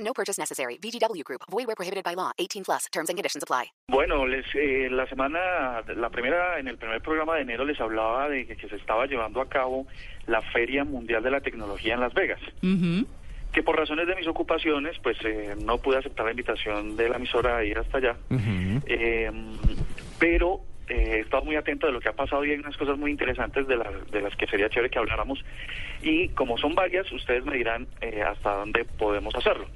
No purchase necessary. VGW Group. Void where prohibited by law. 18 plus. Terms and conditions apply. Bueno, les, eh, la semana, la primera, en el primer programa de enero les hablaba de que, que se estaba llevando a cabo la Feria Mundial de la Tecnología en Las Vegas. Que por razones de mis ocupaciones, pues eh, no pude aceptar la invitación de la emisora a ir hasta allá. Eh, pero eh, he estado muy atento de lo que ha pasado y hay unas cosas muy interesantes de, las de las que sería chévere que habláramos. Y como son varias, ustedes me dirán eh, hasta dónde podemos hacerlo.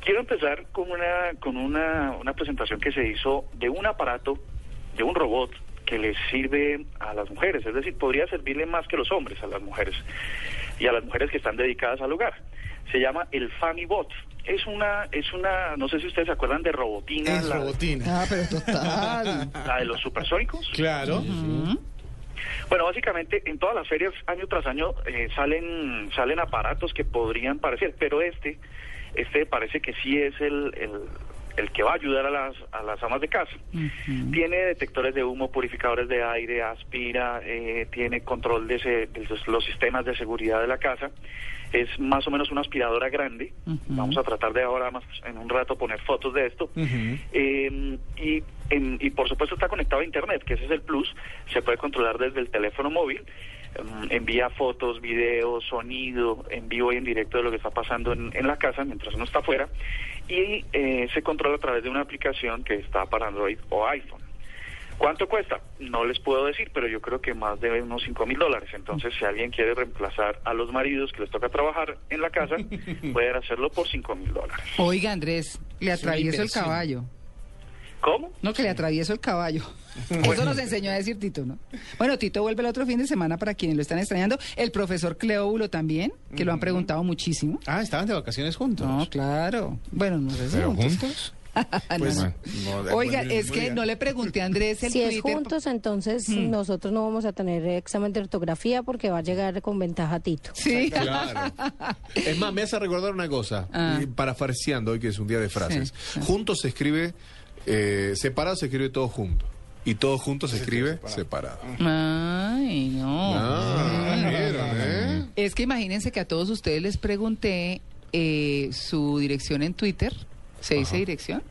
Quiero empezar con una con una, una presentación que se hizo de un aparato, de un robot que les sirve a las mujeres, es decir, podría servirle más que los hombres a las mujeres y a las mujeres que están dedicadas al hogar. Se llama el Famibot. Es una es una no sé si ustedes se acuerdan de Robotina, Es la, robotina. Ah, pero total. la de los supersónicos. Claro. Bueno, básicamente en todas las ferias año tras año eh, salen salen aparatos que podrían parecer, pero este este parece que sí es el, el, el que va a ayudar a las a las amas de casa. Tiene detectores de humo, purificadores de aire, aspira, eh, tiene control de, ese- de los, los sistemas de seguridad de la casa. Es más o menos una aspiradora grande. Vamos a tratar de ahora más en un rato poner fotos de esto. Eh, y, en- y por supuesto está conectado a Internet, que ese es el plus. Se puede controlar desde el teléfono móvil. Mm, Envía fotos, videos, sonido, en vivo y en directo de lo que está pasando en, en la casa mientras uno está afuera. Y eh, se controla a través de una aplicación que está para Android o iPhone. ¿Cuánto cuesta? No les puedo decir, pero yo creo que más de unos 5 mil dólares. Entonces, si alguien quiere reemplazar a los maridos que les toca trabajar en la casa, pueden hacerlo por 5 mil dólares. Oiga, Andrés, le Es una atravieso el inversión. caballo. ¿Cómo? No, que le atravieso el caballo. Eso nos enseñó a decir Tito, ¿no? Bueno, Tito vuelve el otro fin de semana para quienes lo están extrañando. El profesor Cleóbulo también, que Mm. lo han preguntado muchísimo. Ah, estaban de vacaciones juntos. No, claro. Bueno, no sé si ¿Pero juntos. juntos? No, Pues, no. no, de Oiga, acuerdo, es muy que bien. no le pregunté a Andrés el Si es Twitter. juntos, entonces nosotros no vamos a tener examen de ortografía porque va a llegar con ventaja Tito. Sí. Ah, Claro. Es más, me hace recordar una cosa, Ah. y parafarseando hoy que es un día de frases. sí. Juntos se escribe, eh, separado se escribe todo junto. Y todo junto se escribe separado. Ay, no. Mm. Ah, vieron, ¿eh? Es que imagínense que a todos ustedes les pregunté eh, su dirección en Twitter. ¿Se dice dirección?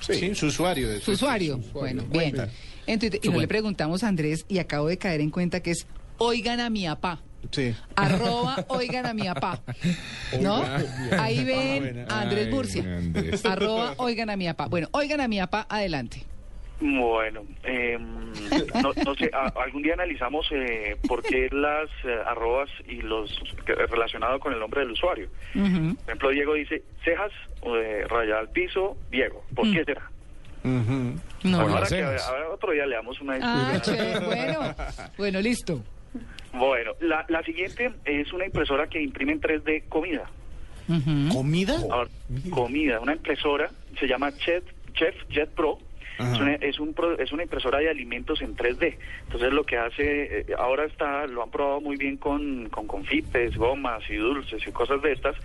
Sí, su usuario. De Su usuario. Bueno, bien. Cuenta. En Twitter, y no le preguntamos a Andrés y acabo de caer en cuenta que es oigan a mi papá. Sí. Ah. Arroba oigan a mi papá. ¿No? Ahí ven a Andrés Ay, Murcia. Andrés. Arroba oigan a mi papá. Bueno, oigan a mi papá, adelante. Bueno, em, no, no sé, a- algún día analizamos eh, por qué las eh, arrobas y los que- relacionado con el nombre del usuario. Ujú. Por ejemplo, Diego dice cejas, eh, rayada al piso, Diego. ¿Por qué será? Ujú. No. Ahora Mm. las que- cejas. ahora otro día le damos una Ah, discusión. chévere, bueno. Bueno, listo. Bueno, la, la siguiente es una impresora que imprime en 3D comida. Ujú. ¿Comida? Ahora, comida, una impresora, se llama Chef, Chef Jet Pro. Ajá. Es una, es, un pro- es una impresora de alimentos en 3D. Entonces lo que hace, eh, ahora está, lo han probado muy bien con, con confites, gomas y dulces y cosas de estas.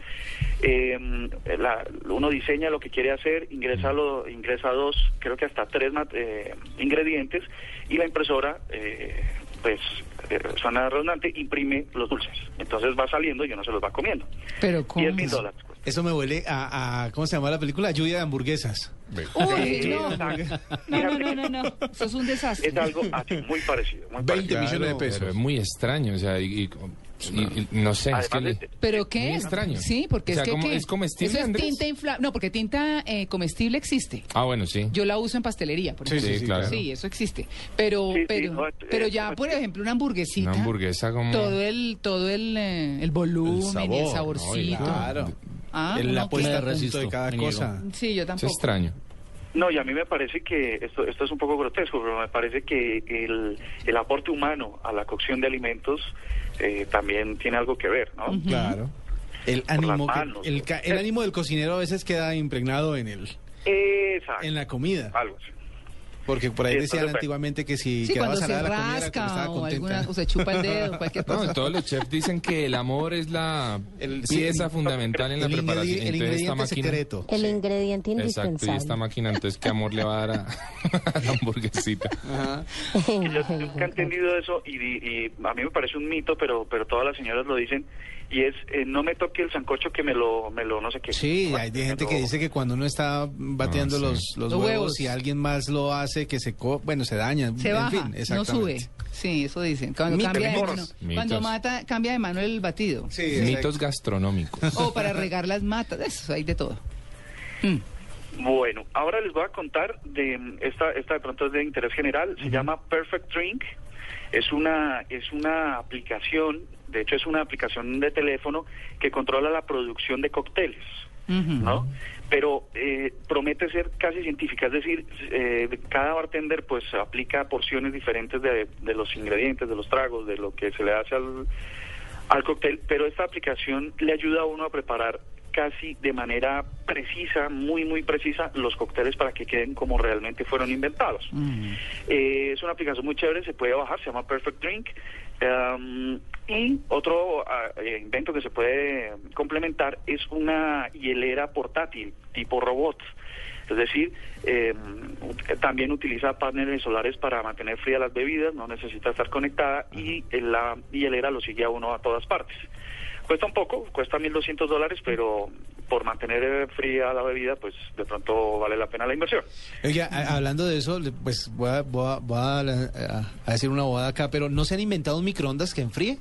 Eh, la- uno diseña lo que quiere hacer, ingresa, lo, ingresa dos, creo que hasta tres mat- eh, ingredientes y la impresora, eh, pues eh, suena redundante, imprime los dulces. Entonces va saliendo y uno se los va comiendo. Pero ¿cómo? 10 mil dólares. pues. cuesta. Eso me huele a, a- ¿Cómo se llama la película? Lluvia de hamburguesas. Ve. Uy, no. Exacto. No, no, no, no, no. Eso es un desastre. Es algo así, muy parecido. Muy 20 parecido. millones de Pero pesos. es muy extraño, o sea, y, y- y- y- no sé, es que Además, le- de- ¿Pero qué? Muy extraño. Sí, porque O sea, es que... ¿cómo- ¿qué? es comestible, Eso es Andrés? tinta infla- No, porque tinta eh, comestible existe. Ah, bueno, sí. Yo la uso en pastelería, por Sí, ejemplo. sí, Sí, claro. claro. Sí, eso existe. Pero, Sí, sí, pero, no, es- pero es- ya, por ejemplo, una hamburguesita. Una hamburguesa como... Todo el, todo el, eh, el volumen y el sabor, ¿no? Y saborcito. Claro. Ah, En la no, puesta claro. a punto de cada cosa. Sí, yo Es tampoco. extraño. No, y a mí me parece que esto, esto es un poco grotesco, pero me parece que el, el aporte humano a la cocción de alimentos eh, también tiene algo que ver, ¿no? Claro. El las ánimo, que- manos, el, por- ca- Eh. el ánimo del cocinero a veces queda impregnado en el Exacto. en la comida. Algo así. Porque por ahí Sí, decían entonces, pues, antiguamente que si Sí, quedaba cuando se salada la comida era como rasca estaba o contenta. alguna o se chupa el dedo, cualquier No, cosa. todos los chefs dicen que el amor es la El- pieza sí. fundamental en la el, ingredi- el preparación. Entonces, esta ingrediente máquina, secreto. El ingrediente Exacto, y indispensable. esta máquina, entonces, ¿qué amor le va a dar a, a la hamburguesita? Yo nunca he entendido eso y, di- y a mí me parece un mito, pero pero todas las señoras lo dicen y es eh, no me toque el sancocho que me lo me lo no sé qué. Sí, hay Bueno, gente que pero- dice que cuando uno está bateando Ah, sí. los, los Los huevos, huevos. y alguien más lo hace, que se co bueno, se daña. Se en baja, fin, no exactamente. sube. Sí, eso dicen. Cuando Mitos, cambia de mitos. mano, Mitos. cuando mata, cambia de mano el batido. Sí, exacto. Oh, Mitos gastronómicos. O para regar las matas, eso, hay de todo. Bueno, ahora les voy a contar de mm, esta esta de pronto es de interés general, se llama Perfect Drink. Es una es una aplicación, de hecho es una aplicación de teléfono que controla la producción de cócteles. Ujú. ¿no? Pero eh, promete ser casi científica, es decir, eh, cada bartender pues aplica porciones diferentes de, de los ingredientes, de los tragos, de lo que se le hace al, al cóctel, pero esta aplicación le ayuda a uno a preparar casi de manera precisa, muy muy precisa, los cócteles para que queden como realmente fueron inventados. Eh, es una aplicación muy chévere, se puede bajar, se llama Perfect Drink. Um, y otro ah, eh, invento que se puede complementar es una hielera portátil tipo robot. Es decir, eh, ut- también utiliza paneles solares para mantener frías las bebidas, no necesita estar conectada y eh, la hielera lo sigue a uno a todas partes. Cuesta un poco, cuesta 1.200 dólares, pero por mantener eh, fría la bebida, pues de pronto vale la pena la inversión. Oiga, a- hablando de eso, le- pues voy, a, voy a- voy a la- a- a decir una bobada acá, pero ¿no se han inventado un microondas que enfríe?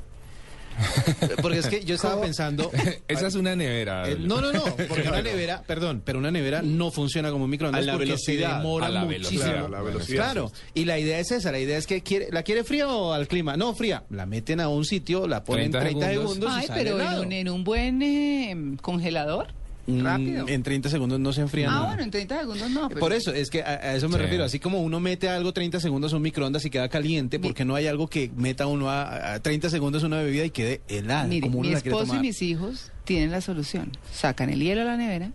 Porque es que yo estaba pensando... Esa es una nevera. Eh, no, no, no, porque una nevera, perdón, pero una nevera no funciona como un microondas A la porque se velocidad, demora a la muchísimo. velocidad, a la velocidad. Claro, y la idea es esa, la idea es que quiere, la quiere fría o al clima. No, fría. La meten a un sitio, la ponen 30, 30 segundos, segundos. y Ay, sale pero en helado. un, e- en un buen eh, congelador, Mm, rápido. En 30 segundos no se enfría ah, nada. bueno, en 30 segundos no. pues pero- Por eso, eh, es que a, a eso me Sí. refiero. Así como uno mete algo 30 segundos a un microondas y queda caliente, porque no hay algo que meta uno a, a 30 segundos una bebida y quede helada, ah, Mire, como uno mi la quiere esposo y tomar. mis hijos tienen la solución. Sacan el hielo a la nevera,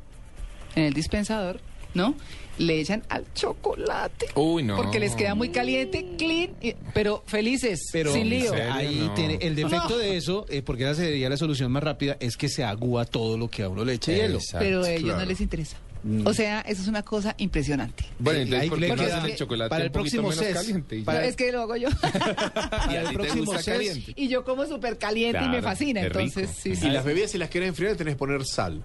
en el dispensador, ¿no? Le echan al chocolate. Uy, no. Porque les queda muy caliente, clean, y- pero felices, Pero sin lío. ¿En serio? ahí No. tiene el defecto No. de eso, eh, porque esa sería la solución más rápida, es que se agúa todo lo que a uno le eche hielo. Exacto, Pero a ellos no claro. les interesa. Mm. O sea, eso es una cosa impresionante. Bueno, Sí, ahí entonces, ¿por le qué no queda hacen el chocolate para el un poquito próximo menos ses. caliente? y ya? Para- Pero es que lo hago yo. ¿Y a ti te gusta ses- caliente? y yo como súper caliente y me Claro, fascina. es rico. Entonces, sí, Y sí. las bebidas, si las quieres enfriar, tenés que poner sal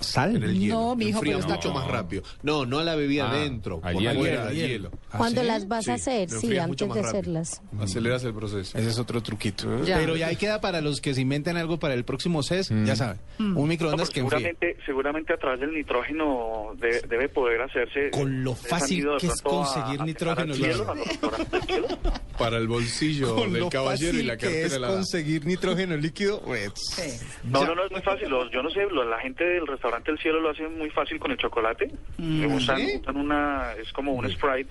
en Sal. el hielo. No, mijo, Enfría pero está mucho como- más rápido. No, no a la bebida Ah, adentro, al por hielo. fuera Al del hielo. hielo. ¿Ah, Cuando sí? las vas a Sí, hacer, lo sí, enfrías mucho antes más de rápido. hacerlas. Aceleras el proceso. Ese Mm. es otro truquito. ¿eh? Ya. Pero ya ahí queda para los que se inventen algo para el próximo CES, Mm. ya saben. Mm. Un No, microondas pues, pero que enfríe. seguramente, seguramente a través del nitrógeno de- debe poder hacerse. Con lo Ustedes han fácil ido de que es pronto a- conseguir a nitrógeno, cenar al cielo, claro. a los restaurantes del cielo. Para el bolsillo Con del lo caballero y fácil la que es cartera de la conseguir nitrógeno líquido, pues, Sí. No, no, no es muy fácil. Los- yo no sé, lo- la gente del restaurante del cielo lo hace muy fácil con el chocolate. Mm. Le usan, usan una, es como un sprite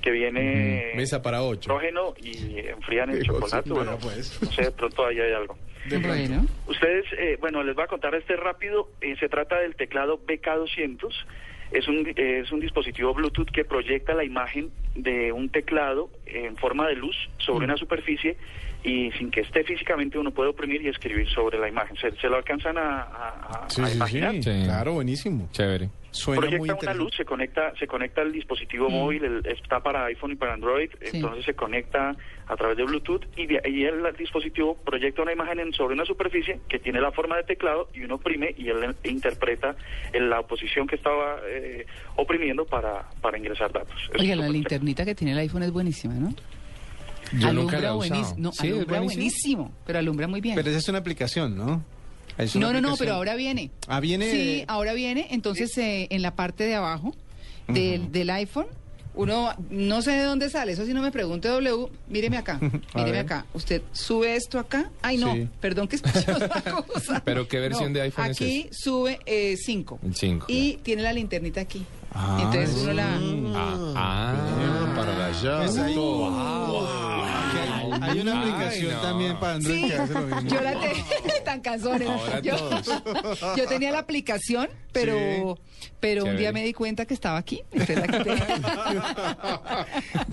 que viene Mesa para ocho. nitrógeno y enfrían el Sí, chocolate. sí, Bueno, bueno, pues. no sé, de pronto ahí hay algo. Bueno. Ustedes, eh, bueno, les voy a contar este rápido. Eh, se trata del teclado BK200. Es un, eh, es un dispositivo Bluetooth que proyecta la imagen de un teclado en forma de luz Mm. sobre una superficie y sin que esté físicamente uno puede oprimir y escribir sobre la imagen. ¿Se, se lo alcanzan a, a- a- Sí, Ah, a sí, imaginar? sí. Sí. Claro, buenísimo. Chévere. Suena muy proyecta una interesante. luz, se conecta, se conecta al dispositivo móvil, el- está para iPhone y para Android, entonces se conecta a través de Bluetooth y, de- y el dispositivo proyecta una imagen en- sobre una superficie que tiene la forma de teclado y uno oprime y él interpreta en la posición que estaba eh, oprimiendo para, para ingresar datos. Eso Oiga, es la súper linternita que tiene el iPhone es buenísima, ¿no? Yo alumbra nunca la he buenísimo. usado. No, Sí, ¿es alumbra buenísimo? buenísimo, pero alumbra muy bien. Pero esa es una aplicación, ¿no? Es una no, no, no, aplicación. pero ahora viene. Ah, viene- Sí, ahora viene. Entonces, eh, en la parte de abajo del, del iPhone, uno, no sé de dónde sale, eso si no me pregunte W, míreme acá, A míreme ver. acá. Usted sube esto acá. Ay, no, Sí. perdón que escuché otra cosa. ¿Pero qué versión de iPhone es Aquí sube 5. El cinco. y tiene la linternita aquí. Ah, Mm. Entonces uno la... Ah, Ah, Para la llave. Pues ahí- todo. Que hay- Hay una Ay, aplicación no. también para Android Sí, que hace lo mismo. yo la te- tan cansones. Ahora yo, todos. yo tenía la aplicación, pero, pero un día Chévere. me di cuenta que estaba aquí. entonces la quité.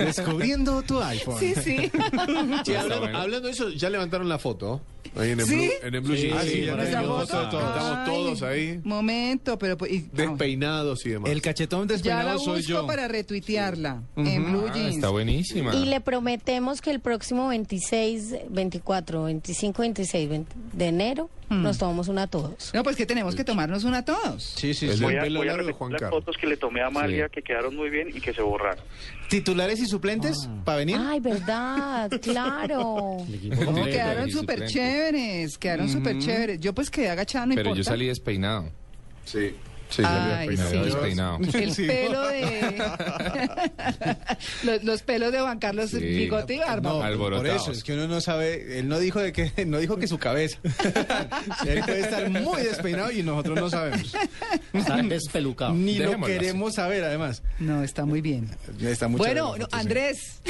Descubriendo tu iPhone. sí, sí. Sí, Está hablando, bueno. hablando de eso, ya levantaron la foto. ¿no? Ahí en el ¿Sí? Blue, en el Blue Sí, Jeans. ah, sí, ya Ahí tenemos tenemos foto de foto. todos. Estamos todos ahí, Momento, pero... pues, y- vamos. despeinados y demás. El cachetón ya despeinado la soy yo. busco para retuitearla en Blue Ah, Jeans. está buenísima. Y le prometemos que el próximo 26, 24, 25, 26 20 de enero nos tomamos una a todos. No, pues que tenemos que tomarnos una a todos. Sí, sí, El sí. de- Voy a, pelo voy a largo de repetir Juan las Carlos. fotos que le tomé a Amalia Sí. que quedaron muy bien y que se borraron. ¿Titulares y suplentes Ah. para venir? Ah. Ay, verdad, claro. No, completo. quedaron Y súper suplente. chéveres, quedaron súper chéveres. Yo pues quedé agachada, no Pero importa. yo salí despeinado. Sí, sí, ya Ay, Sí. Me había levantaron. despeinado. El pelo de... los, los pelos de Juan Carlos Sí. Bigote y Barba. No, por alborotados. eso, es que uno no sabe, él no dijo de que, no dijo que su cabeza. él puede estar muy despeinado y nosotros no sabemos. Está despelucado. Ni lo Dejémoslo así. queremos saber, además. No, está muy bien. Está muy bueno, chévere no, la foto, sí. Andrés,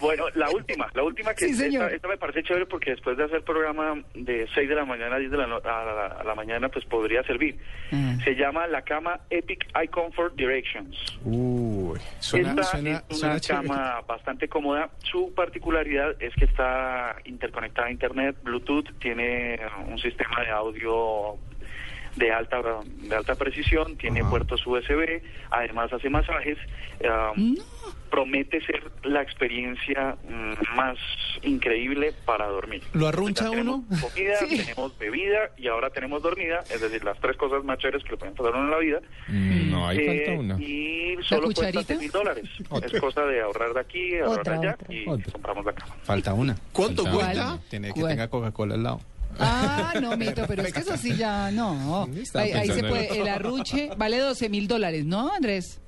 Bueno, la última, la última que Sí, señor. Esta, esta me parece chévere porque después de hacer programa de 6 de la mañana a 10 de la, no- a la, a la mañana, pues podría servir. Ah. Se llama la cama Epic Eye Comfort Directions. Uy, suena, Esta suena, es suena una chévere. cama bastante cómoda. Su particularidad es que está interconectada a Internet, Bluetooth, tiene un sistema de audio de alta de alta precisión, tiene puertos USB, además hace masajes. eh, Mm. Promete ser la experiencia mm, más increíble para dormir. ¿Lo arruncha Ya tenemos uno? Comida, Sí. tenemos bebida y ahora tenemos dormida, es decir, las tres cosas más chéveres que le pueden pasar a uno en la vida. Mm, No, ahí Eh, falta una. Y solo cuesta cucharita? 6 mil dólares. Otra. Es cosa de ahorrar de aquí, ahorrar Otra, allá otra, y otra. compramos la cama. Falta una. ¿Cuánto ¿Cuál? cuesta? Tiene que ¿Cuál? tenga Coca-Cola al lado. Ah, no, Mito, pero es que eso sí ya, no. Estaba Ahí, ahí se pensando en puede, otro. el arruche vale 12 mil dólares, ¿no, Andrés?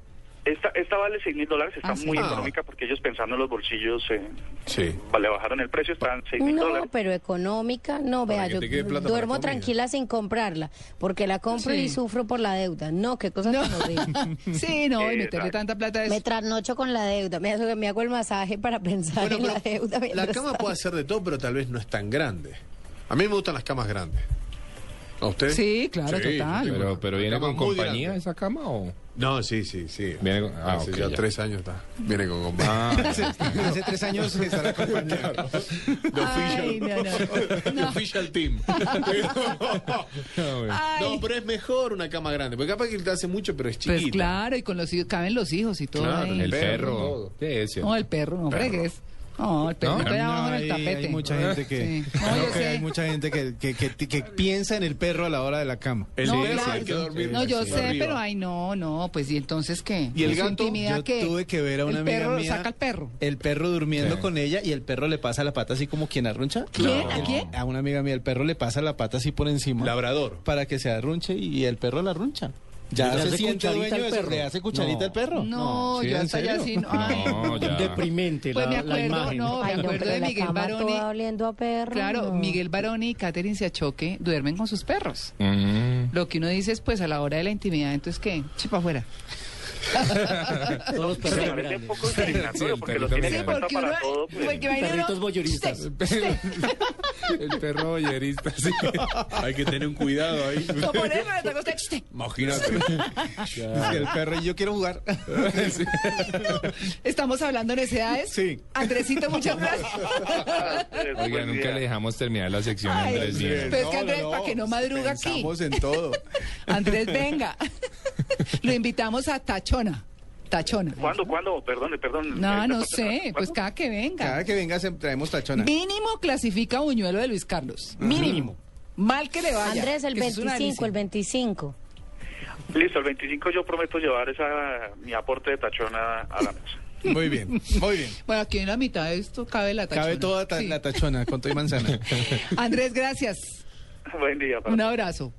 Esta, esta vale 6 mil dólares, está Ah, sí. muy Ah. económica porque ellos pensando en los bolsillos eh, Sí. le bajaron el precio, están 6 mil No, dólares. pero económica, no, Para vea, que yo te quede plata para duermo comida. tranquila sin comprarla, porque la compro Sí. y sufro por la deuda. No, qué cosa tan horrible. Sí, no, y meterle Exacto. tanta plata es... Me trasnocho con la deuda, me hago, me hago el masaje para pensar en la pero deuda. la mientras cama tanto. puede ser de todo, pero tal vez no es tan grande. A mí me gustan las camas grandes. ¿A usted? Sí, claro, total. Pero, pero viene Cama con muy compañía grande. esa cama o. No, sí, sí, sí. Viene con- ah, Hace ok, ya, ya. tres años está. Viene con compañía. Ah, Hace tres años estará acompañado. The Ay, official, no, the no. official team. bueno. Ay. no, pero es mejor una cama grande. Porque capaz que te hace mucho, pero es chiquita. Pues claro, y con los hijos, caben los hijos y todo. Claro, ahí. el perro, perro. todo. Sí, ese. No, el perro, no Perro. fregues. No, el perro ¿No? queda abajo en el hay, tapete. hay mucha gente que, Sí. No, creo yo que sé. hay mucha gente que, que, que- que piensa en el perro a la hora de la cama. El No, perro claro. hay que dormir. No, yo sí, sé, arriba. pero ay, no, no, pues y entonces qué. ¿Y el Su gato? intimidad, Yo ¿qué? tuve que ver a una el amiga perro mía- saca al perro. El perro durmiendo Sí. con ella y el perro le pasa la pata así como quien arruncha. ¿Quién? ¿A quién? A una amiga mía, el perro le pasa la pata así por encima. Labrador. Para que se arrunche y el perro la arruncha. Ya ¿Le se hace siente cucharita dueño al de eso, perro? le hace cucharita No. Ah. al perro. No, ¿Sí, yo en hasta allá serio? sí. no, ay. No, ya. Deprimente Pues la, me la acuerdo, imagen. no, me Ay, no, acuerdo pero de la Miguel cama Baroni. toda oliendo a perro. Claro, no. Miguel Baroni y Catherine Siachoque duermen con sus perros. Mm. Lo que uno dice es, pues a la hora de la intimidad, entonces qué, chepa afuera. Todos los Me perros parece un grandes. poco discriminatorio el porque los perrito tienen Sí, en cuenta para todo. pues. porque imagínate uno- Perritos voyeuristas. el perro bollerista, sí. Hay que tener un cuidado ahí. Lo ponen para otra cosa, chiste. Imagínate. Dice el perro, yo quiero jugar. Sí. Estamos hablando de edades. Sí. Andresito, muchas gracias. Ustedes, Oiga, buen nunca día. le dejamos terminar la sección a Ay, Andrés Pues Nieto. pero es que Andrés, para que no madruga aquí. Estamos en todo. Andrés, venga. Lo invitamos a Tachona. Tachona. ¿Cuándo, cuándo? Perdón, perdón. No, Eh, no ¿cuándo? sé. Pues cada que venga. Cada que venga se- traemos tachona. Mínimo clasifica Buñuelo de Luis Carlos. Mínimo. Mal que le vaya. Andrés, el que eso es una 25, el delicia. 25. Listo, el 25 yo prometo llevar esa mi aporte de tachona a la mesa. Muy bien, muy bien. Bueno, aquí en la mitad de esto cabe la tachona. Cabe toda ta- Sí. la tachona con todo y manzana. Andrés, gracias. Buen día. para Un abrazo.